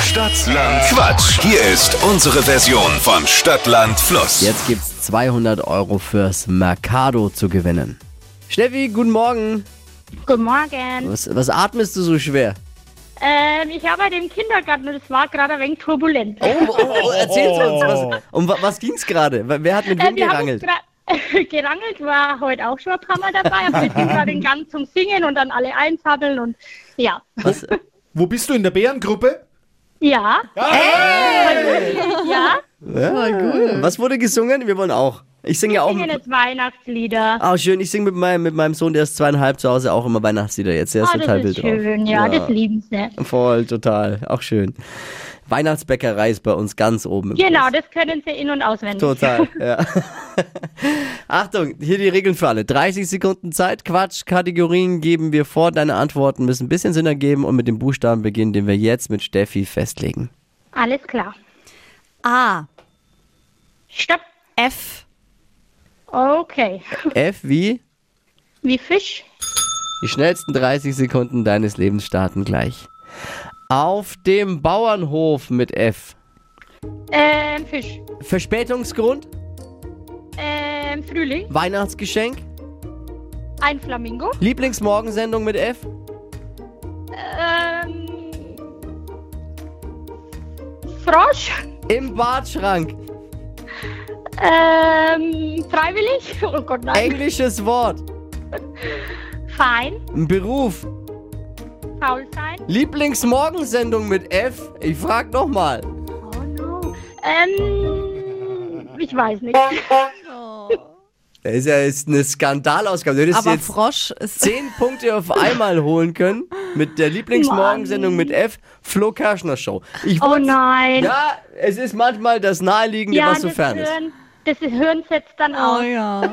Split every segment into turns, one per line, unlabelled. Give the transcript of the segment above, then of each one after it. Stadtland Quatsch. Hier ist unsere Version von Stadtland Fluss.
Jetzt gibt's 200 Euro fürs Mercado zu gewinnen. Steffi, guten Morgen.
Guten Morgen.
Was, was atmest du so schwer?
Ähm, ich arbeite im Kindergarten und es war gerade ein wenig turbulent.
Oh, oh, oh erzähl's uns. Was, um wa- was ging's gerade? Wa- Wer hat mit wem
Äh, wir haben uns
gerangelt?
gra- gerangelt war heute auch schon ein paar Mal dabei, aber wir sind gerade den Gang zum Singen und dann alle einsammeln und ja.
Was?
Wo bist du in der Bärengruppe?
Ja. Ja,
Äh? was wurde gesungen? Wir wollen auch. Ich singe ja auch.
singen jetzt Weihnachtslieder.
Ah, schön. Ich singe mit meinem, mit meinem Sohn, der ist zweieinhalb zu Hause, auch immer Weihnachtslieder jetzt. Der ist
Ah,
total
das ist
wild drauf.
schön, ja, das ne? lieben sie.
Voll, total. Auch schön. Weihnachtsbäckerei ist bei uns ganz oben im
Genau,
Kurs.
das können sie in- und auswendig.
Total, ja. Achtung, hier die Regeln für alle. 30 Sekunden Zeit, Quatsch, Kategorien geben wir vor. Deine Antworten müssen ein bisschen Sinn ergeben und mit dem Buchstaben beginnen, den wir jetzt mit Steffi festlegen.
Alles klar.
A.
Stopp.
F.
Okay.
F wie?
Wie Fisch?
Die schnellsten 30 Sekunden deines Lebens starten gleich. Auf dem Bauernhof mit F.
Ähm, Fisch.
Verspätungsgrund,
Ähm, Frühling.
Weihnachtsgeschenk,
Ein Flamingo.
Lieblingsmorgensendung mit F.
Ähm. Frosch.
Im Badschrank.
Ähm. Freiwillig. Oh Gott, nein.
Englisches Wort.
Fein.
Beruf.
Faul sein.
Lieblingsmorgensendung mit F. Ich frag nochmal.
Oh no. Ähm. Ich weiß nicht.
Das ist ja jetzt eine Skandalausgabe. Du hättest
Aber
jetzt
Frosch ist.
zehn Punkte auf einmal holen können mit der Lieblingsmorgensendung mit F. Flo Kerschner Show. Ich
Oh
wollte-
nein.
Ja, es ist manchmal das Naheliegende, was so
das
fern ist.
Hirn, das Hirn setzt dann
Oh
aus.
ja.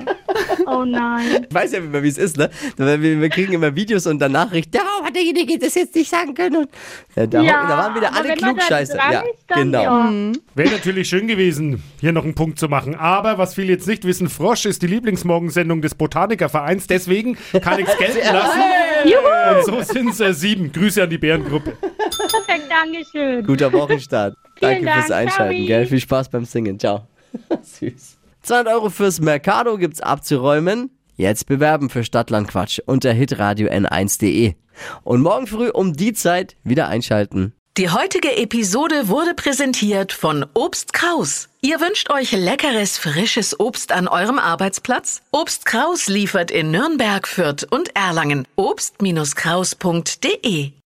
Oh nein.
Ich weiß ja immer, wie es ist, ne? Weil Wir, wir kriegen immer Videos und dann Nachrichten. Da hat derjenige das jetzt nicht sagen können. Und, ja, da,
Ja,
da waren wieder
aber
alle
wenn man da
Klugscheißer.
dran
Ja,
ist, dann
genau.
ja.
Wäre natürlich schön gewesen, hier noch einen Punkt zu machen. Aber was viele jetzt nicht wissen, Frosch ist die Lieblingsmorgensendung des Botanikervereins. Deswegen kann ich es gelten lassen. Und so sind es äh, sieben. Grüße an die Bärengruppe.
Perfekt, Dankeschön.
Guter Wochenstart. Danke
Vielen
fürs
Dank,
Einschalten,
sorry.
gell? Viel Spaß beim Singen. Ciao. Süß. 200 Euro fürs Mercado gibt's abzuräumen. Jetzt bewerben für Stadtlandquatsch unter hitradio n1.de. Und morgen früh um die Zeit wieder einschalten.
Die heutige Episode wurde präsentiert von Obst Kraus. Ihr wünscht euch leckeres, frisches Obst an eurem Arbeitsplatz? Obst Kraus liefert in Nürnberg, Fürth und Erlangen. Obst-Kraus.de